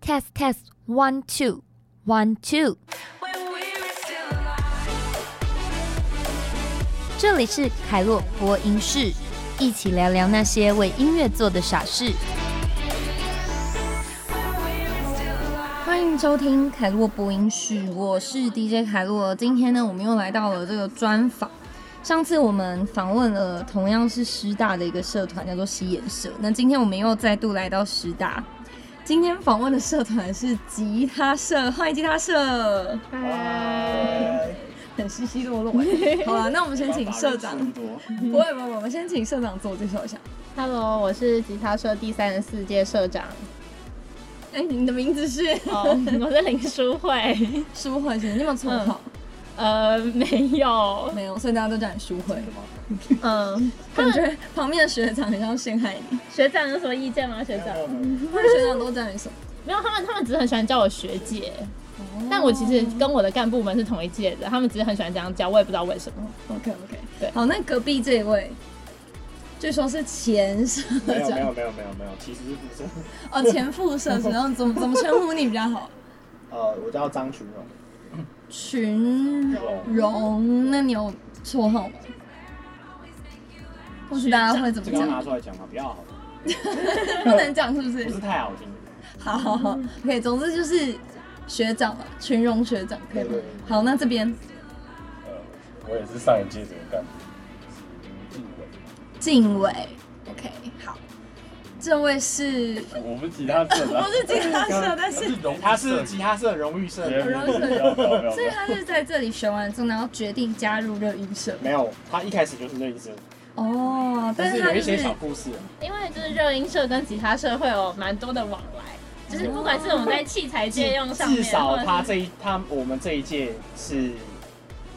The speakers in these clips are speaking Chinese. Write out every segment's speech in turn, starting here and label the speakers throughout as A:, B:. A: test test one two one two。这里是凯洛播音室，一起聊聊那些为音乐做的傻事。欢迎收听凯洛播音室，我是 DJ 凯洛。今天呢，我们又来到了这个专访。上次我们访问了同样是师大的一个社团，叫做西研社。那今天我们又再度来到师大，今天访问的社团是吉他社，欢迎吉他社，
B: 嗨，
A: 很稀稀落落。 好了，那我们先请社长，不会不会，我们先请社长自我介绍一下。
B: Hello，我是吉他社第三十四届社长。
A: 哎、你的名字是
B: 哦、我是林淑慧。
A: 舒慧，是不是你有没有绰号？
B: 呃，没有。
A: 没有，所以大家都叫你舒慧。
B: 嗯，
A: 感觉旁边的学长很像陷害你，
B: 学长有什么意见吗？学长
A: 他们学长都叫你什么？
B: 没有，他们他们只是很喜欢叫我学姐。但我其实跟我的干部们是同一届的，他们只是很喜欢这样叫，我也不知道为什么。
A: OK OK，
B: 对
A: 好，那隔壁这一位，据说是前社
C: 没有没
A: 长
C: 有没有没有没有，其实是不是。
A: 哦，前副社长，然后怎么怎么称呼你比较好？
C: 呃，我叫张群荣，
A: 群荣，那你有绰号吗？或许大家会怎
C: 这
A: 么
C: 个要拿
A: 讲？
C: 出来讲吗？比较好，
A: 不能讲是不是
C: 不？是太好听。
A: 好好好，OK，总之就是学长嘛，群荣学长可以吗
C: 对对对？
A: 好，那这边
D: 呃，我也是上一届的干部，是林静
A: 静伟，OK，好，这位是
D: 伟，我不是吉他社的、啊
A: 不是吉他社，但是
D: 是荣誉社，
C: 他是吉他社荣誉社，
D: 别别
A: 荣誉社
D: 别不要不要不要
A: 所以他是在这里学完之后，然后决定加入热音社。
C: 没有，他一开始就是那意思，
A: 哦，
C: 但
A: 但
C: 是
A: 是他
C: 有一
A: 就
C: 些
A: 是
C: 小故事。
B: 因为就是热音社跟吉他社会有蛮多的往来，就是不管是我们在器材
C: 至
B: 借用上面，
C: 至少他
B: 或者是
C: 这一他我们这一届是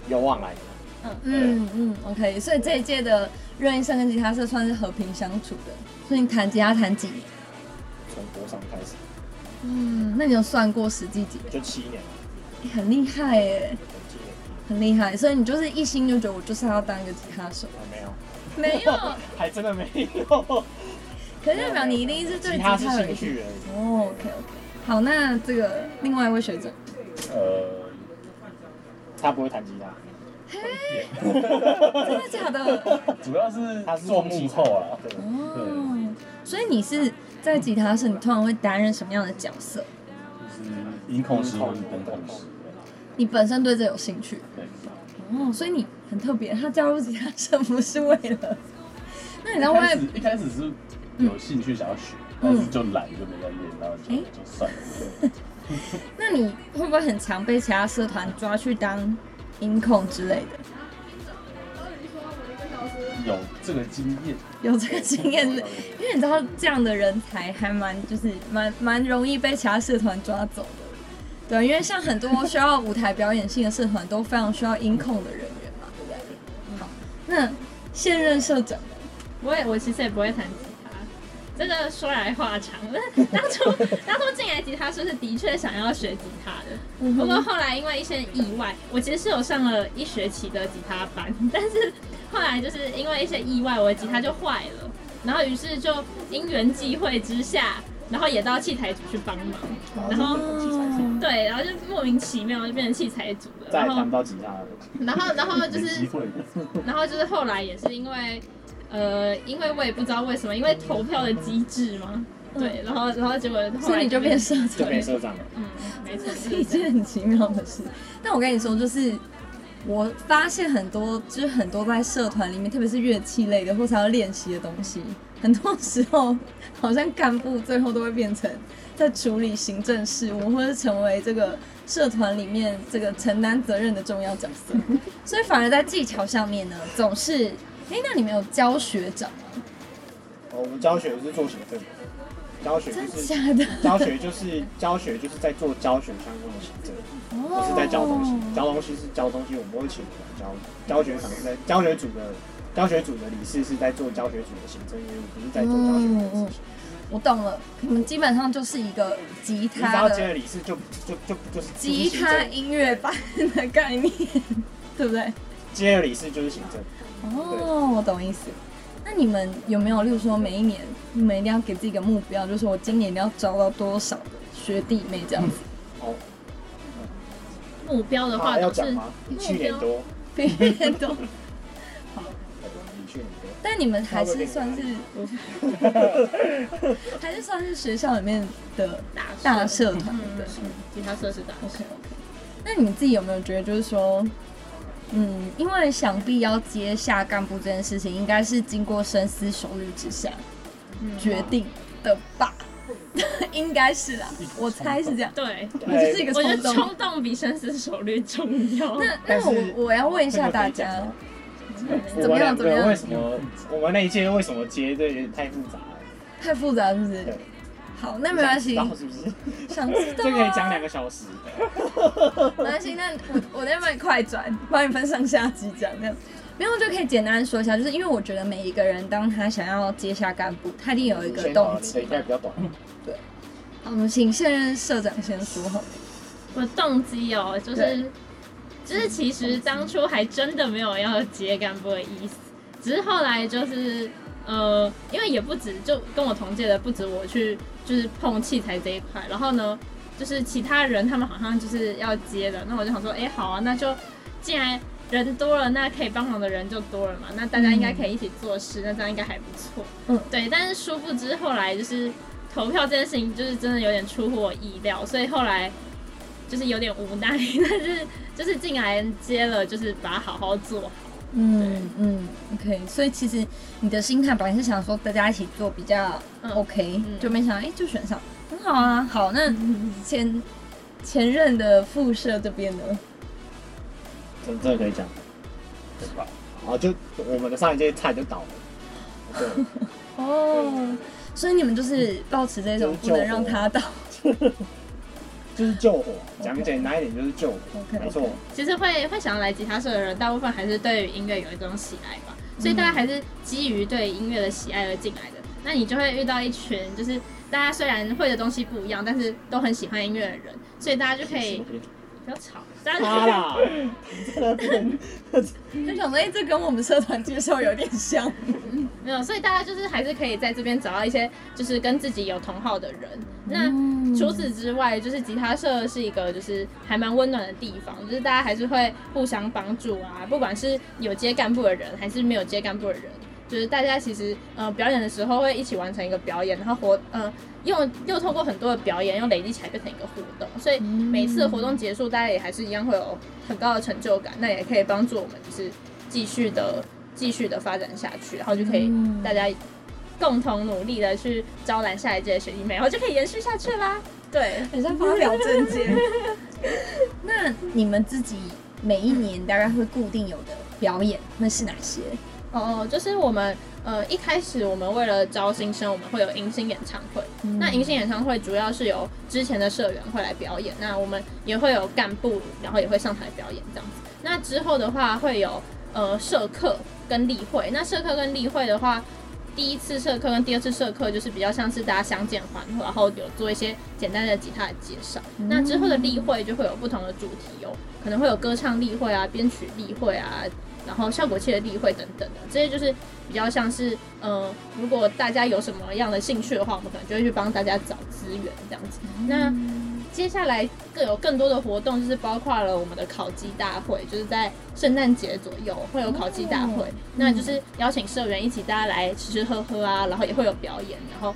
C: 有往来的，
A: 嗯嗯，OK，所以这一届的热音社跟吉他社算是和平相处的。所以你弹吉他弹几年？
C: 从国上开始
A: 嗯，那你有算过实际几年？
C: 就七年，
A: 你很厉害耶，
C: 有七年
A: 很厉害。所以你就是一心就觉得我就是要当一个吉他手，
C: 啊没有，
A: 没有，
C: 还真的没有。
A: 可是代表你一定是对
C: 吉
A: 吉他
C: 他是
A: 有
C: 兴
A: 一定
C: 趣而已。
A: 哦，OK OK，好，那这个另外一位学长，
D: 呃，
C: 他不会弹吉他，
A: 真的假的？
D: 主要是
C: 他是
D: 做幕后啊，
C: 对，
A: 哦，所以你是在吉他社，你通常会担任什么样的角色？
D: 就是音控师或是灯控师，
A: 你本身对这有兴趣
D: 对，
A: 哦，所以你很特别。他加入吉他社不是为了，那你在
D: 一开
A: 外
D: 始一开始是有兴趣想要学，但是就懒就没在练，然后就
A: 哎
D: 就算了。
A: 那你会不会很常被其他社团抓去当音控之类的？
D: 有这个经验，
A: 有这个经验是，因为你知道这样的人才还蛮就是蛮蛮容易被其他社团抓走的。对，因为像很多需要舞台表演性的社团都非常需要音控的人员嘛，对不对？好，那现任社长
B: 我也我其实也不会弹吉他，这个说来话长。当初当初进来吉他社是的确想要学吉他的，不过后来因为一些意外，我其实是有上了一学期的吉他班，但是后来就是因为一些意外，我的吉他就坏了，然后于是就因缘际会之下，然后也到器材组去帮忙，然
A: 哦
B: 后对，然后就莫名其妙就变成器材组了，
C: 再
B: 然后
C: 谈到吉他了。
B: 然后然后就
D: 没
B: 是
D: 机会的，
B: 然后就是后来也是因为，呃，因为我也不知道为什么，因为投票的机制嘛，对，然后然后结果后
A: 嗯所以
B: 来
A: 你就变社
C: 就
A: 长，
C: 变社长了，
B: 嗯，没错，
A: 是一件很奇妙的事。但我跟你说，就是我发现很多，就是很多在社团里面，特别是乐器类的或是要练习的东西，很多时候好像干部最后都会变成在处理行政事务，或者成为这个社团里面这个承担责任的重要角色。所以反而在技巧上面呢，总是。哎，那你们有教学长吗？
C: 哦我们教学是做学分，教学
A: 真
C: 就
A: 的
C: 是
A: 假的？
C: 教学就是教学就是在做教学相关的行政，
A: 我
C: 不是在教东
A: 哦
C: 西。教东西是教东西，我们会请人教。教学场是在教学组的教学组的理事是在做教学组的行政业务，不是在做教学组的事情。
A: 我懂了，你们基本上就是一个吉
C: 你只要
A: 他嗯
C: 接
A: 的
C: 了理事，就就就就是
A: 吉他音乐班的概念，对不对？
C: 接了理事就是行政，
A: 哦，我懂意思。那你们有没有，例如说每一年你们一定要给自己一个目标，就是我今年一定要招到多少的学弟妹这样子？
C: 哦，
B: 目标的话
C: 啊要
B: 都
C: 讲
B: 是
C: 吗？比去年多，
A: 比 别人多，
C: 比去年多。
A: 但你们还是算是，还是算是学校里面的
B: 大社
A: 大社团
B: 嗯
A: 的。
B: 嗯吉他社是大社
A: OK，OK。那你自己有没有觉得，就是说，嗯，因为想必要接下干部这件事情，应该是经过深思熟虑之下
B: 嗯
A: 决定的吧？ 应该是啦，我猜是这样。
B: 对，
A: 你就是一个
B: 我
A: 冲
B: 觉得
A: 动。
B: 冲动比深思熟虑重要。
A: 那
C: 但
A: 那
C: 是
A: 我我要问一下大家，怎么样
C: 嗯我们两个
A: 怎么样
C: 为什么我们那一届为什么接这有点太复杂了？
A: 太复杂是不是
C: 对？，
A: 好，那没关系，
C: 想知道是不是？
A: 想知 道
C: 这可以讲
A: 啊
C: 两个小时。
A: 没关系，那我我再帮你快转，帮你分上下集讲这样。没有就可以简单说一下，就是因为我觉得每一个人当他想要接下干部，他一定有一个
C: 先好
A: 动
C: 了你的
A: 机
C: 应。该比较短。
A: 好，我们请现任社长先说好了。
B: 我动机哦，就是
A: 对
B: 就是其实当初还真的没有要接干部的意思，只是后来就是呃，因为也不止就跟我同届的不止我去就是碰器材这一块，然后呢，就是其他人他们好像就是要接的，那我就想说，哎、好啊，那就既然人多了，那可以帮忙的人就多了嘛，那大家应该可以一起做事，那这样应该还不错。
A: 嗯，
B: 对，但是殊不知后来就是投票这件事情，就是真的有点出乎我意料，所以后来就是有点无奈，但 是就是进来接了，就是把它好好做好。
A: 嗯嗯，OK。所以其实你的心态本来是想说大家一起做比较
B: 嗯
A: OK，、
B: 嗯
A: 就没想到哎、诶就选上，很好啊。好，那前前任的副社这边呢？
C: 这这个可以讲。
D: 对吧？
C: 好，就我们的上一届菜就倒了。对，
A: 哦，所以你们就是抱持这种不能让他倒。
C: 就是救火，讲简单一点就是救火。
A: OK，OK
C: 没错，
B: 其实会会想来吉他社的人，大部分还是对于音乐有一种喜爱吧，所以大家还是基于对音乐的喜爱而进来的。那你就会遇到一群，就是大家虽然会的东西不一样，但是都很喜欢音乐的人，所以大家就可以不要吵，大家就
C: 他
B: 可以
C: 啦，
A: 就想说，哎、这跟我们社团介绍有点像。
B: 没有，所以大家就是还是可以在这边找到一些就是跟自己有同好的人。那
A: 嗯
B: 除此之外，就是吉他社是一个就是还蛮温暖的地方，就是大家还是会互相帮助啊，不管是有接干部的人还是没有接干部的人，就是大家其实呃表演的时候会一起完成一个表演，然后活呃用又透过很多的表演又累积起来变成一个活动，所以每次的活动结束，大家也还是一样会有很高的成就感，那也可以帮助我们就是继续的继续的发展下去，然后就可以
A: 嗯
B: 大家共同努力的去招揽下一届的学弟妹，然后就可以延续下去啦。对，
A: 很像发表证件。 那你们自己每一年大概会固定有的表演会是哪些？
B: 哦、就是我们呃一开始我们为了招新生，我们会有迎新演唱会。
A: 嗯
B: 那迎新演唱会主要是由之前的社员会来表演，那我们也会有干部，然后也会上台表演这样子。那之后的话会有呃社课跟例会，那社课跟例会的话。第一次社课跟第二次社课就是比较像是大家相见欢，然后有做一些简单的吉他的介绍。那之后的例会就会有不同的主题哦，可能会有歌唱例会啊、编曲例会啊，然后效果器的例会等等的，这些就是比较像是，呃，如果大家有什么样的兴趣的话，我们可能就会去帮大家找资源这样子。
A: 嗯
B: 那接下来更有更多的活动，就是包括了我们的烤鸡大会，就是在圣诞节左右会有烤鸡大会，
A: 哦
B: 那就是邀请社员一起大家来吃吃喝喝啊，然后也会有表演，然后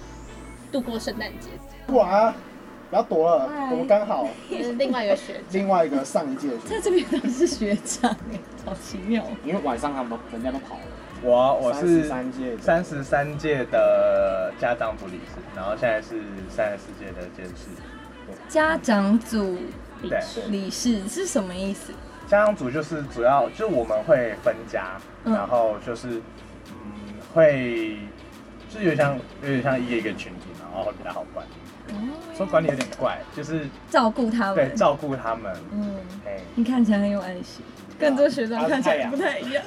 B: 度过圣诞节。
C: 啊
E: 哇，不要躲了，我们刚好
B: 这是另外一个学
E: 另外一个上一届的学
A: 在这边都是学长、哎，好奇妙哦。
C: 因为晚上他们都人家都跑了。
F: 我啊我是
C: 33届的
F: 三十三届的家长部理事，然后现在是三十四届的监事。
A: 家长组
B: 弟
F: 对，
A: 理事是什么意思？
F: 家长组就是主要就是我们会分家，
A: 嗯
F: 然后就是嗯会就是有点像有点像一个一个群组，然后会比较好管。
A: 哦
F: 说管理有点怪，就是
A: 照顾他
F: 对
A: 们。
F: 照顾他们。
A: 嗯，
F: 哎、
A: 你看起来很有爱 心，
C: 啊
A: 跟这学长看起来不太一样。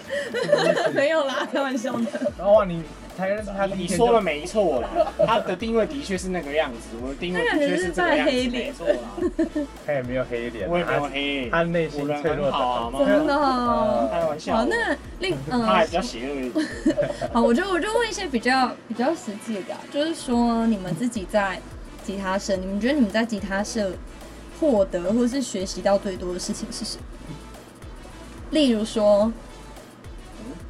A: 没有啦，开玩笑的。
F: 然后哇你他认识他第一
C: 你
F: 天
C: 说了
F: 就
C: 没 错啦，他的定位的确是那个样子，我的定位的确这个样子，没错 啦，
F: 他也没有黑脸，啊
C: 我也没有
F: 他
C: 黑，
F: 他内心
C: 我人
F: 脆弱
C: 很好啊，
F: 的
C: 妈
A: 真的
C: 妈
A: 哦。
F: 啊
C: 开玩笑，
A: 好，那另嗯，
C: 他还比较邪恶一点。
A: 好，我就我就问一些比较比较实际的啊、就是说你们自己在吉他社，你们觉得你们在吉他社获得或是学习到最多的事情是什么？例如说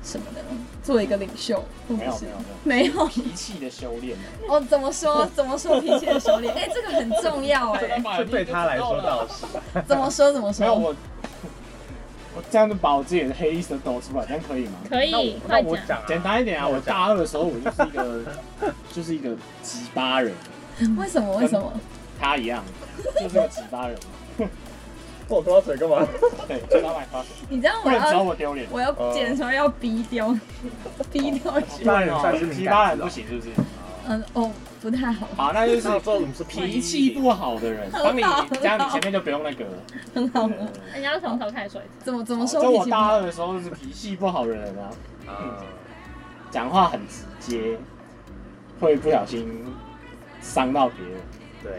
A: 什么呢？做一个领袖，或
C: 没
A: 者
C: 有
A: 是
C: 没有没有
A: 没有
C: 脾气的修炼，啊
A: 哦？怎么说？怎么说脾气的 收敛？哎、这个很重要哎、
F: 这对他来说倒是
A: 怎么说？怎么
C: 没有
A: 说？
C: 我， 我这样就把我自己的黑历史抖出来，这样可以吗？
B: 可
F: 那
B: 以
F: 我，
B: 快
F: 那我
B: 讲。
F: 讲啊
C: 简单一点啊，
F: 那
C: 我
F: 我讲
C: 大二的时候，我就是一个 就是一个鸡巴人，
A: 为什么？为什么？
C: 他 一样，就是个鸡巴人，
D: 我多水干嘛？
C: 对，就老买发，
A: 你知道
C: 不
A: 我
C: 能只有
A: 要
C: 我丢脸，
A: 我 要剪的时候要逼掉，逼掉去。
F: 八人算是
C: 鸡
F: 敏
C: 巴
F: 感
C: 人
F: 字
C: 不
F: 哦，
C: 行是不是？
A: 嗯，哦，不太好，
C: 好，那就是
D: 那这种是
C: 脾气不好的人，当你这样，你前面就不用那个了。
A: 很好吗？
B: 人家从头开始说一次。
A: 怎么怎么
C: 好
A: 说
C: 就
A: 脾
C: 我
A: 气不
C: 大
A: 好？
C: 二的时候是脾气不好的人啊，
F: 啊
C: 讲话很直接，会不小心伤到别人。
F: 对，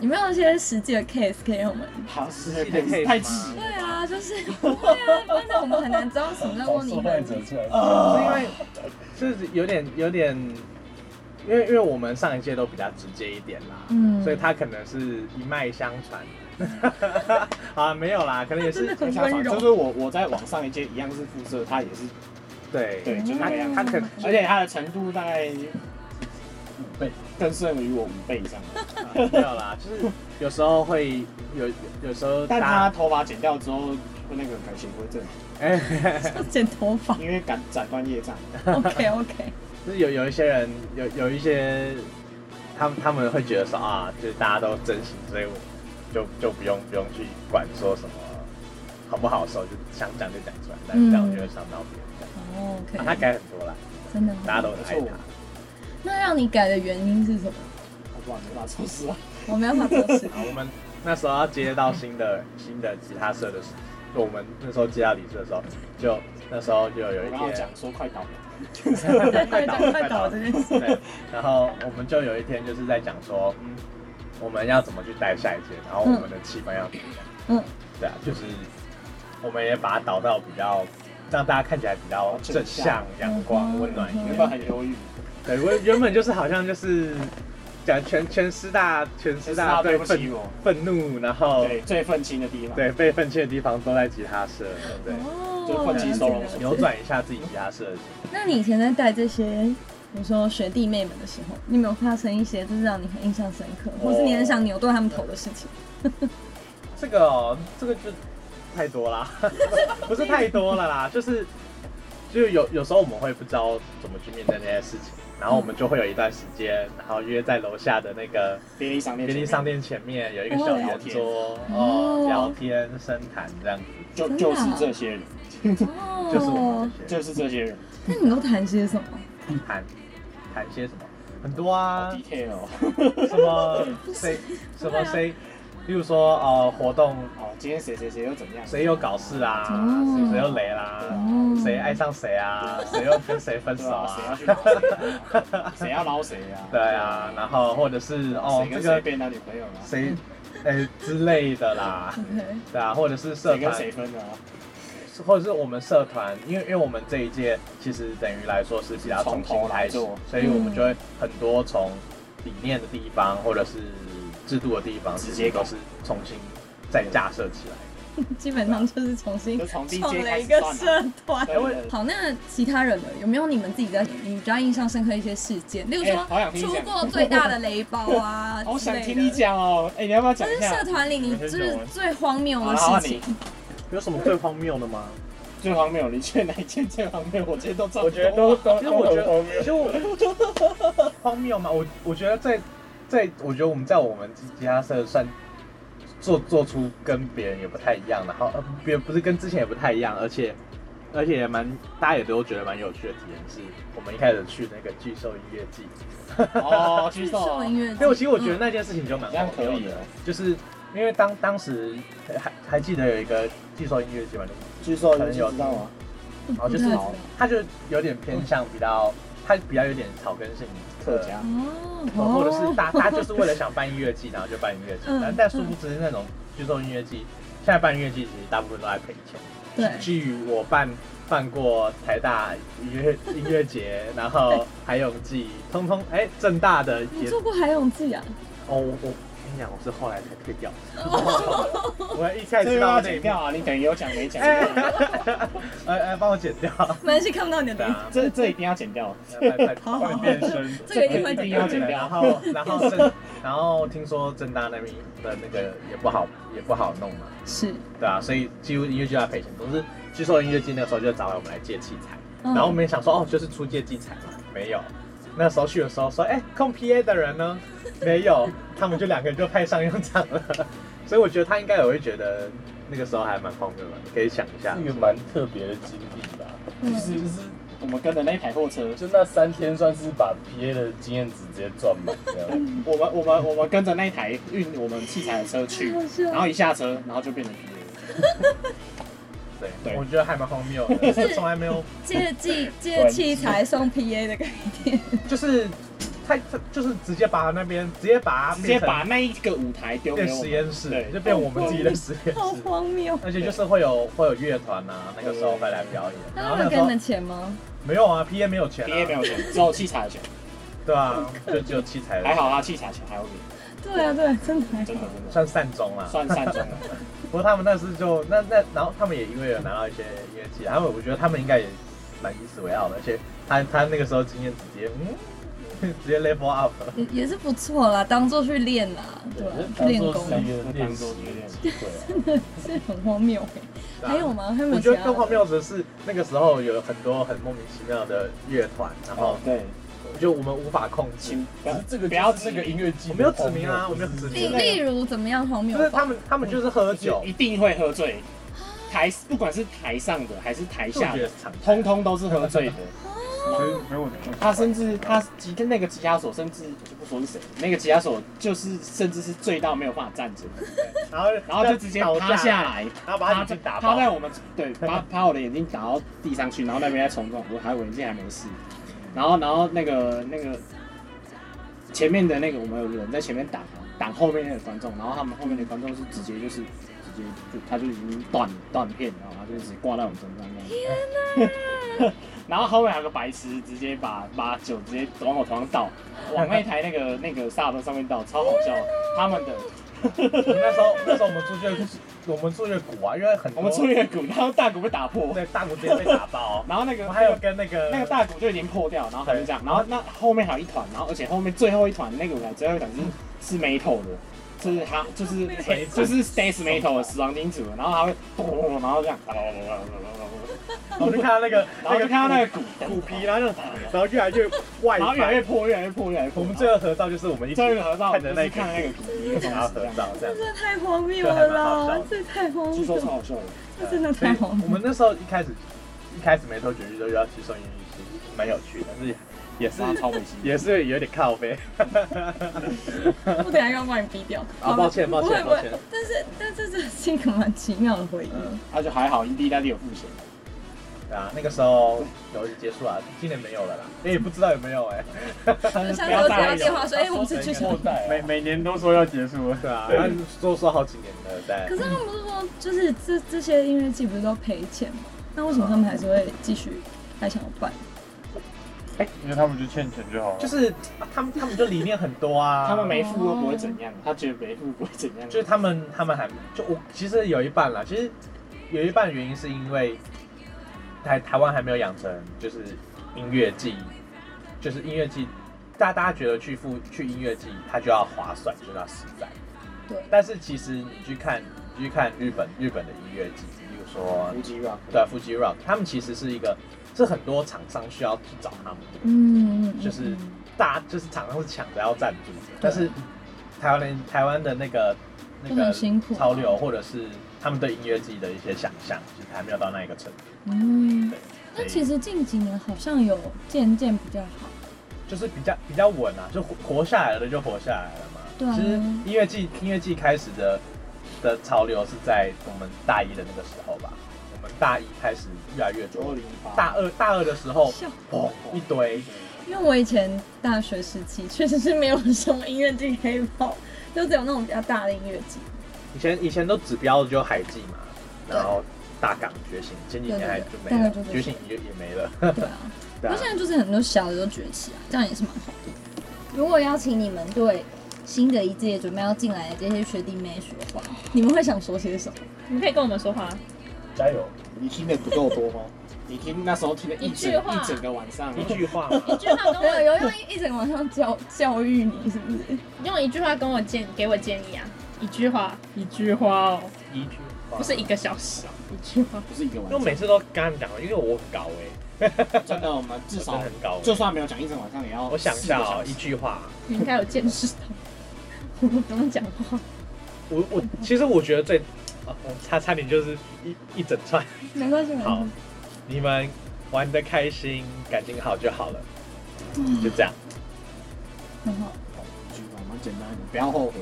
A: 有没有一些实际的 case 可以让我们？
C: 好，是
F: 气的 case
C: 太
F: 吗
C: 气
A: 对啊，就是对啊，但是我 们很难知道什么叫
D: 找
A: 问
D: 受
A: 你
D: 害
A: 很
D: 者出来。
F: 是因为呃就是有点有点，因为因为我们上一届都比较直接一点啦，
A: 嗯
F: 所以他可能是一脉相传。 啊，没有啦，可能也是
A: 很
C: 想法
A: 温柔
C: 就是我我在网上一届一样是肤色，他也是，
F: 对
C: 对，就是
F: 他
C: 那个样
F: 他
C: 子。
F: 可
C: 而且他的程度大概
D: 对，
C: 更胜于我五倍以上，
F: 啊没有啦，就是有时候会有有时候
C: 但
F: 大
C: 他
F: 家
C: 头发剪掉之后，那个感情不会正常，
F: 哎，
A: 剪头发。
C: 因为感斩 断业障。
A: OK OK，
F: 就是有有一些人有有一些他们他们会觉得说啊，就是大家都真心，所以我就就不用不用去管说什么好不好的时候，就想讲就讲出来，但
A: 嗯
F: 这样我就会伤到别人这样。
A: 哦
F: 啊他
A: OK，
F: 改很多啦，
A: 真的哦。
F: 大家都很爱
C: 没错
F: 他。
A: 那让你改的原因是什 么？
C: 我不然没办法收拾啊。
A: 我没有办法做事。
F: 啊，我们那时候要接到新的新的吉他社的时候，就我们那时候接到李志的时候，就那时候就有一
C: 我刚刚
F: 天
C: 讲说快倒 了，
F: 快倒了
A: 快倒了这件 事
F: 对，然后我们就有一天就是在讲说，嗯，我们要怎么去带下一届，然后我们的气氛要怎么样？
A: 嗯，
F: 对啊，就是我们也把它导到比较让大家看起来比较正向、阳光、
A: 嗯
F: 温暖一
C: 原
F: 点。
C: 本很忧郁，
F: 对，我原本就是好像就是讲全全师大全师大
C: 对
F: 对
C: 不
F: 愤
C: 起我，
F: 愤怒，然后
C: 对，最愤青的地方，，
F: 哦对被愤青的地方都在吉他社，对不对？
A: 哦
C: 就放弃收容
A: 了解
F: 扭转一下自己吉他社的
A: 那你以前在带这些，比如说学弟妹们的时候， 你有没有发生一些就是让你很印象深刻，或是你很想扭断他们头的事情？
F: 这个哦，这个就太多啦，不是太多了啦，就是就是有有时候我们会不知道怎么去面对那些事情，然后我们就会有一段时间，然后约在楼下的那个
C: 便利商店，
F: 便利商店前面有一个小圆桌
A: 哦
F: 哦，聊天深谈这样子，
C: 就
A: 真的
C: 就是
A: 啊
C: 这些人，
A: 哦
F: 就是我们这
C: 就
F: 些
C: 是这些 人，
A: 那你都谈些 什么？
F: 谈谈些什么，很多啊
C: 好，detail 哦。
F: 什么谁什么谁，例如说呃活动
C: 哦，今天谁谁谁又怎样？
F: 谁又搞事啊，
A: 哦
F: 谁又雷啦，
A: 哦
F: 谁爱上谁啊，谁又跟谁分
C: 对
F: 手
C: 啊？
F: 啊
C: 谁，要去捞谁 啊？谁要捞谁啊？
F: 对啊，然后或者是哦
C: 谁
F: 这
C: 跟谁
F: 个
C: 变男女朋友了？
F: 谁，呃之类的啦，
A: OK，
F: 对啊，或者是社
C: 谁跟谁
F: 团，
C: 分的啊？
F: 或者是我们社团，因为因为我们这一届其实等于来说是比较
C: 从
F: 从
C: 头
F: 新开
C: 来
F: 始
C: 做，
F: 所以我们就会很多从理念的地方或者是制度的地方，
C: 直
F: 其
C: 接
F: 实
C: 搞
F: 都是重新再架设起来。
A: 基本上就是重新
C: 就从 DJ
A: 创了一个社团。
C: 对对对
A: 好，那其他人呢？有没有你们自己在你比较印象深刻一些事件？例如
C: 哎
A: 说
C: 好想听
A: 出
C: 你讲
A: 过最大的雷包啊
C: 好
A: 之
C: 想
A: 类
C: 听你
A: 的。
C: 讲哦，哎，你要不要讲
A: 但
C: 一
A: 是
C: 下
A: 社？团里你就是最荒谬的
C: 好啊
A: 事
C: 你
A: 情，
F: 有什么最荒谬的吗？
C: 最荒谬，你去哪一件最荒谬？我今天都差不多
D: 我觉得都都
F: 其实我觉
D: 都荒
F: 得，
D: 谬
F: 其实我荒谬嘛，我我觉得在在，我觉得我们在我们吉他社算做做出跟别人也不太一样，然后呃别不是跟之前也不太一样，而且而且也蛮大家也都觉得蛮有趣的体验，是我们一开始去那个巨兽音乐季，
C: 哦，去
A: 巨
C: 送
A: 兽
C: 哦
A: 音乐季。
F: 所以我其实我觉得那件事情就蛮
C: 这样可以
F: 荒谬
C: 了
F: 的，。就是因为当当时还还记得有一个巨兽音乐季嘛，就是
C: 据说
F: 可能有
C: 知道吗？
A: 嗯
F: 然后就是
A: 不太
F: 他就有点偏向比较它比较有点草根性
C: 客家，
F: 呃，或者是
A: 哦，
F: 大大就是为了想办音乐季，然后就办音乐季，
A: 嗯
F: 但但殊不知那种去做音乐季，现在办音乐季其实大部分都在赔钱。
A: 对，
F: 基于我办办过台大音乐音乐节，然后还有季，通通哎正大的
A: 你
F: 也
A: 做过海泳季啊？
F: 哦，我我跟你讲，我是后来才退掉，
A: 哦
F: 我一开
C: 这
F: 始知
C: 又
F: 道
C: 要
F: 这一
C: 剪
F: 票，
C: 掉啊！你等于有讲没讲？
F: 哎哎，帮我剪 掉，
A: 没关系，看不到你的
F: 对
A: 脸。
F: 啊，
C: 这这一定要剪掉，
F: 快快
A: 好好
D: 会
A: 好，
D: 变身，
A: 这个一定会
C: 一
A: 剪
C: 定
A: 掉
C: 要。剪
F: 然
C: 掉。
F: 后然后正然后听说正大那边的那个也不好也不好弄嘛，
A: 是，
F: 对啊，所以几乎音乐剧要赔钱。总之，据说音乐剧那个时候就找来我们来借器材，
A: 嗯
F: 然后我们也想说哦，就是出借器材嘛，没有。那时候去的时候说，哎、控 PA 的人呢？没有，他们就两个人就派上用场了。所以我觉得他应该也会觉得那个时候还蛮荒谬的，可以想一下
D: 是一。个蛮特别的经历吧。
A: 嗯，
D: 就是
C: 我们跟着那一台货车，
D: 就那三天算是把 PA 的经验值直接赚满这样。
C: 我们我们我们跟着那一台运我们器材的车去，然后一下车，然后就变成 PA。
F: 对，
C: 对
F: 我觉得还蛮荒谬的，就是从来没有，
A: 借器借器材送 PA 的概念，
F: 就是他他就是直接把那边直接把它
C: 直接
F: 变成
C: 把那一个舞台丢给
F: 变
C: 我
F: 实
C: 们，
F: 验室，
C: 对
F: 就变我们自己的实验
A: 好
F: 室。
A: 荒谬。
F: 而且就是会有会有乐团啊，那个时候会来表演。然
A: 那
F: 后
A: 他
F: 那
A: 们
F: 个
A: 给
F: 时
A: 你
F: 候
A: 们钱吗？
F: 没有啊，PA 没有钱、啊、
C: ，PA 没有钱，只有器材的钱。
F: 对啊，就只有器材的
C: 还好他器材钱还有给，
A: 对啊，对啊，真的还
C: 真的真的
F: 算善终啦。
C: 算善终了。
F: 不过他们那次就那那，然后他们也因为有拿到一些乐器，啊他们我觉得他们应该也蛮以此为傲的，而且他他那个时候经验直接嗯， 直接 level up 了。
A: 也也是不错啦，当做去练啦，对啊
D: 对，
A: 练
D: 就
A: 功
D: 当做是一个练习的机会啊。
A: 是很荒谬欸。
F: 对啊
A: 还有？吗？还有没
F: 我
A: 有其
F: 觉得
A: 他
F: 更
A: 的？
F: 荒谬的是，那个时候有很多很莫名其妙的乐团，然后
C: 哦，对，
F: 就我们无法控制。
C: 请不
D: 可
C: 要
D: 是这个
C: 不要
D: 就是那个
C: 指
D: 音乐季，
F: 我没有指名啊，我没有指
A: 例
F: 名。
A: 例如怎么样荒谬
F: 就是
A: 法？
F: 他们，他们就是喝酒
C: 一，一定会喝醉。台不管是台上的还是台
F: 下
C: 下的，通通都是喝醉的。哦
D: 所以没有
C: 他甚至他吉那个吉他手，甚至我就不说是谁，那个吉他手就是甚至是醉到没有办法站着，
F: 然后
C: 然后就直接趴下，来，
F: 然后把
C: 趴
F: 他眼
C: 在
F: 睛打
C: 趴
F: 爆。
C: 在我们对趴趴我的眼睛打到地上去，然后那边在冲撞，我还我眼睛还没事，然后然后那个那个前面的那个我们有人在前面挡挡后面那个观众，然后他们后面的观众是直接就是直接就他就已经断断片，然后他就直接挂在我们身上这样子。 然后后面还有个白痴，直接把把酒直接往我头上倒，往那台那个那个萨德上面倒，超好笑。他们的
F: 我们 那时候那时候我们出去，我们出去鼓啊，因为很
C: 我
F: 多
C: 们出一个鼓，然后大鼓被打破，
F: 对大鼓直接被打 爆。哦
C: 然后那
F: 我
C: 个
F: 们还有跟那个
C: 那个大鼓就已经破掉，然后他就这样，然后那后面还有一团，然后而且后面最后一团那个舞台最后一团是是 metal 的，就是他就是
F: 没错
C: 就是 stage metal 的死亡金属，然后他会咚，然后这样，
F: 哦我们就看到那个
C: 然后就看到那个鼓
F: 哦鼓鼓皮，然后就然后越来越外
C: 然后越来越
F: 翻。
C: 破，越来越破，越来越破。
F: 我们最后合照就是我们一起
C: 最后一个合照
F: 看着那
C: 就是看那
F: 个
C: 个鼓，一个
F: 鼓，然后
C: 方
F: 合
C: 式
F: 照这样
A: 这。太荒谬了啦！这太荒
C: 据
A: 谬
C: 说超
A: 了，
C: 好笑的。
A: 这真的太荒
F: 我
A: 谬
F: 们。那时候一开始一开始没头决议就要去送音乐系，蛮有趣的，但是也是
C: 然后超美心，
F: 也是有点靠背。
A: 我等一下要把你逼掉。
F: 啊，抱歉，抱
A: 不会
F: 歉，
A: 不
F: 抱
A: 会
F: 歉。，
A: 但是但这这是一个蛮奇妙的回忆。
C: 而且还好，意大利有付钱。
F: 对啊，那个时候游戏结束了，今年没有 了啦，也不知道有没有哎、
A: 就像
C: 嗯不
A: 有
C: 要
A: 只
C: 再
A: 要
C: 有
A: 电话说，哎，我们是去什么？
D: 每每年都说要结束了，
F: 对啊，那都说好几年了，
A: 可
F: 对。
A: 是他们不是说，就是这这些音乐季不是都赔钱吗？那为什么他们还是会继续还想要办？
D: 因为他们就欠钱就好了。
F: 就是啊他们他们就理念很多啊，
C: 他们没付又不会怎样，他觉得没付不会怎样。
F: 就是他们他们还就我其实有一半啦，其实有一半原因是因为台台湾还没有养成就是音乐季，就是音乐季。大大家觉得去付去音乐季，它就要划算，就要实在。
A: 对，
F: 但是其实你去看，你去看日本日本的音乐季，比如说
C: 无极吧，
F: 对啊 Fuji Rock，他们其实是一个，是很多厂商需要去找他们的，
A: 嗯，嗯
F: 就是
A: 嗯
F: 大就是厂商是抢着要赞助的，但是台湾人台湾的那个那
A: 都
F: 个
A: 很辛苦啊
F: 潮流或者是他们对音乐季的一些想象，其实还没有到那一个程度。
A: 嗯
F: 对，
A: 那
F: 所
A: 其
F: 以
A: 实近几年好像有渐渐比较好，
F: 就是比较比较稳啊，就活活下来了就活下来了嘛。
A: 对啊
F: 其实音乐季音乐季开始的的潮流是在我们大一的那个时候吧，我们大一开始越来越
C: 九二
F: 多。
C: 零八，
F: 大二大二的时候
A: 笑，
F: 哦，一堆，
A: 因为我以前大学时期确实是没有什么音乐剧可以跑，就只有那种比较大的音乐季。
F: 以前以前都指标就海记嘛，然后大港觉醒，前几年还就没
A: 对
F: 了
A: 对对，对
F: 觉醒也也没了。
A: 对啊， 那
F: 对啊
A: 现在就是很多小的都崛起啊，这样也是蛮好的。如果邀请你们对新的一届准备要进来的这些学弟妹说话，你们会想说些什么？
B: 你们可以跟我们说话，
D: 加油！
E: 你听的不够多吗？
C: 你听那时候听了一整
B: 一句话
C: 一整个晚上，
F: 一句 话嘛，
B: 一句话跟
A: 没有
B: 我
A: 有用一整晚上教教育你是不是？
B: 用一句话跟我建给我建议啊，一句话，一句话哦，
F: 一句话
B: 不是一个小 时哦，一句话。
C: 不是一个晚
F: 因为我每
C: 上，
F: 次都跟他们讲，因为我很高哎，
C: 真的我们至
F: 真的
C: 少
F: 很高欸。
C: 就算没有讲一整晚上，也要
F: 我想一
C: 四
F: 下
C: 个
F: 哦
C: 小，时
F: 一句话，
B: 你应该有见识到，我 不用讲话。
F: 我我其实我觉得最，啊，我差差点就是一一整串。
A: 没关系，没关
F: 好
A: 系。，
F: 你们玩的开心，感情好就好了，
A: 嗯
F: 就这样。
A: 很好。
C: 一句话蛮简单的，不要后悔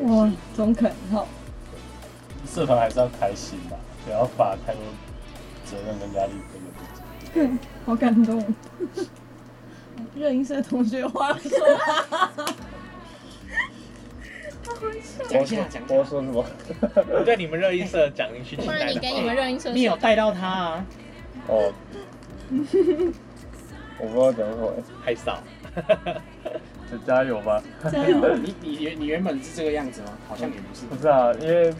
C: 就好。
A: 哇，中肯，好，
D: 社团还是要开心吧，不要把太多责任跟压力推给自己。
A: 好感动。热音社同学话说，
C: 讲一下讲一下
D: 我要说什么？
F: 我对你们热音社的奖励去期
B: 不
F: 待
B: 然你
F: 的
B: 给你们
F: 话，
B: 热音社
C: 你有带到他啊？
D: 哦， 我不知道怎么说，欸
F: 太少。
D: 就加油吧。
A: 加油！
C: 你你原你原本是这个样子吗？好像也 不是。
D: 不是啊，因为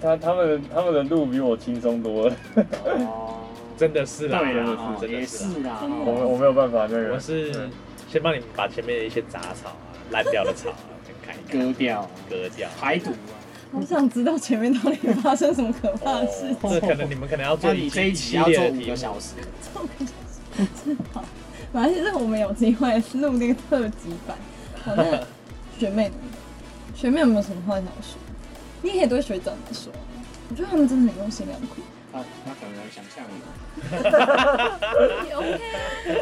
D: 他他们的他们的路比我轻松多了，
C: 哦，
F: 啊真的是啦，啊
C: 对
F: 真的
C: 啦，哦
F: 是，真
C: 也
F: 的是
C: 是啊
F: 啦。
C: 啦。
D: 我们我没有办法那个。
F: 我是
C: 嗯
F: 先帮你们把前面的一些杂草啊、烂掉的草啊，先砍一砍，
C: 割掉
F: 割掉。
C: 排毒啊。
A: 好想知道前面到底发生什么可怕的哦事情。
F: 哦这可能你们可能要做
C: 那你这一集
F: 系
C: 要
F: 列
C: 做五
F: 的题目
C: 个小时，
A: 好，反正是我们有机会录那个特辑版。好，那学妹呢？学妹有没有什么话想说？你也可以对学长们说，我觉得他们真的很用心良苦。
F: 啊
C: 那啊那可能想象有
A: 也 OK 啊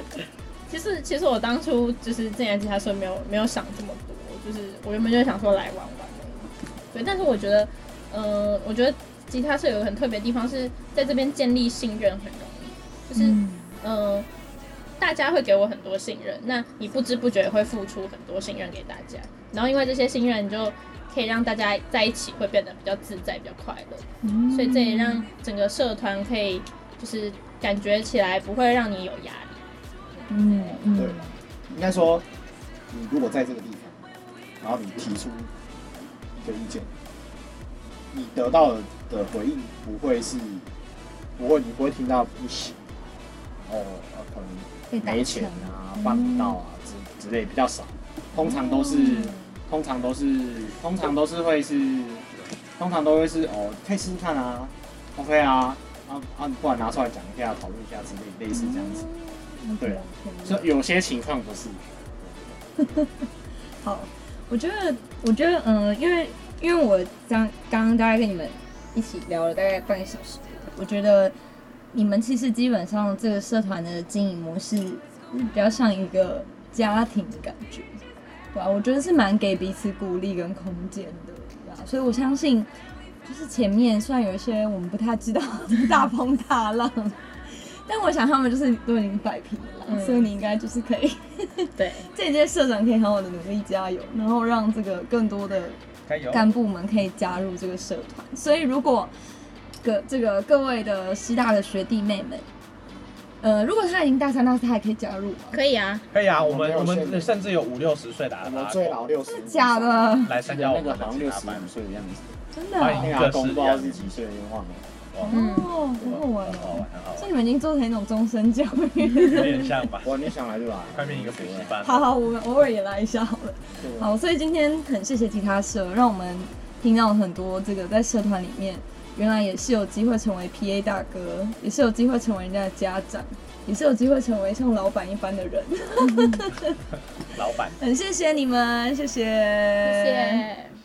B: 其实其实我当初就是进来吉他社没有没有想这么多，就是我原本就想说来玩玩而已对，但是我觉得，嗯、我觉得吉他社有个很特别的地方是在这边建立信任很容易，就是嗯、呃大家会给我很多信任，那你不知不觉会付出很多信任给大家，然后因为这些信任，你就可以让大家在一起会变得比较自在，比较快乐。所以这也让整个社团可以就是感觉起来不会让你有压力。
A: 嗯
E: 对
A: 嗯，，
E: 应该说，你如果在这个地方，然后你提出一个意见，你得到的回应不会是，不会你不会听到不行，哦，啊可能
A: 被打
C: 呃没
A: 枪嗯
C: 钱啊，办不到啊之之类比较少，通常都是通常都是通常都是会是通常都会是哦，可以试试看啊，OK 啊，啊啊，不然拿出来讲一下，讨论一下之类类似这样子。对啊所以有些情况不是，
A: 好，我觉得，我觉得，嗯，因为因为我刚刚刚大概跟你们一起聊了大概半个小时，我觉得你们其实基本上这个社团的经营模式嗯比较像一个家庭的感觉，对吧、我觉得是蛮给彼此鼓励跟空间的，对吧、所以我相信，就是前面虽然有一些我们不太知道大风大浪。但我想他们就是都已经摆平了啦，
B: 嗯
A: 所以你应该就是可以
B: 对，
A: 这届社长可以好好的努力加油，然后让这个更多的
F: 加
C: 哦
F: 油！
A: 干部们可以加入这个社团。所以如果各这个各位的师大的学弟妹们，呃，如果他已经大三、大四，他还可以加入吗？
B: 可以啊，
F: 可以啊，我
E: 我没
F: 们
E: 有
F: 我
E: 限
F: 们
E: 制
F: 甚至有五六十岁的啊，
E: 我们最老六十，
A: 真的假的？
F: 来
C: 那
F: 参
C: 个
F: 加我
C: 那个
F: 们的
C: 好像
F: 吉
C: 六
F: 他
C: 十
F: 班
C: 五，岁的样子，
A: 真的哦、
F: 欢迎
C: 那个阿公不知道是几岁，忘了。
B: 嗯
A: 哦，很好玩
F: 很好
A: 哦
F: 玩，。很好
A: 所以
F: 玩，
A: 你们已经做成一种终身教育。
F: 有点像吧？
C: 哇，你想来就来，
F: 外面一个补习班，
A: 好好，我们偶尔也来一下好了。
C: 对啊
A: 好，所以今天很谢谢吉他社，让我们听到很多这个在社团里面，原来也是有机会成为 PA 大哥，也是有机会成为人家的家长，也是有机会成为像老板一般的人。
F: 老板。
A: 很谢谢你们，谢谢，
B: 谢谢。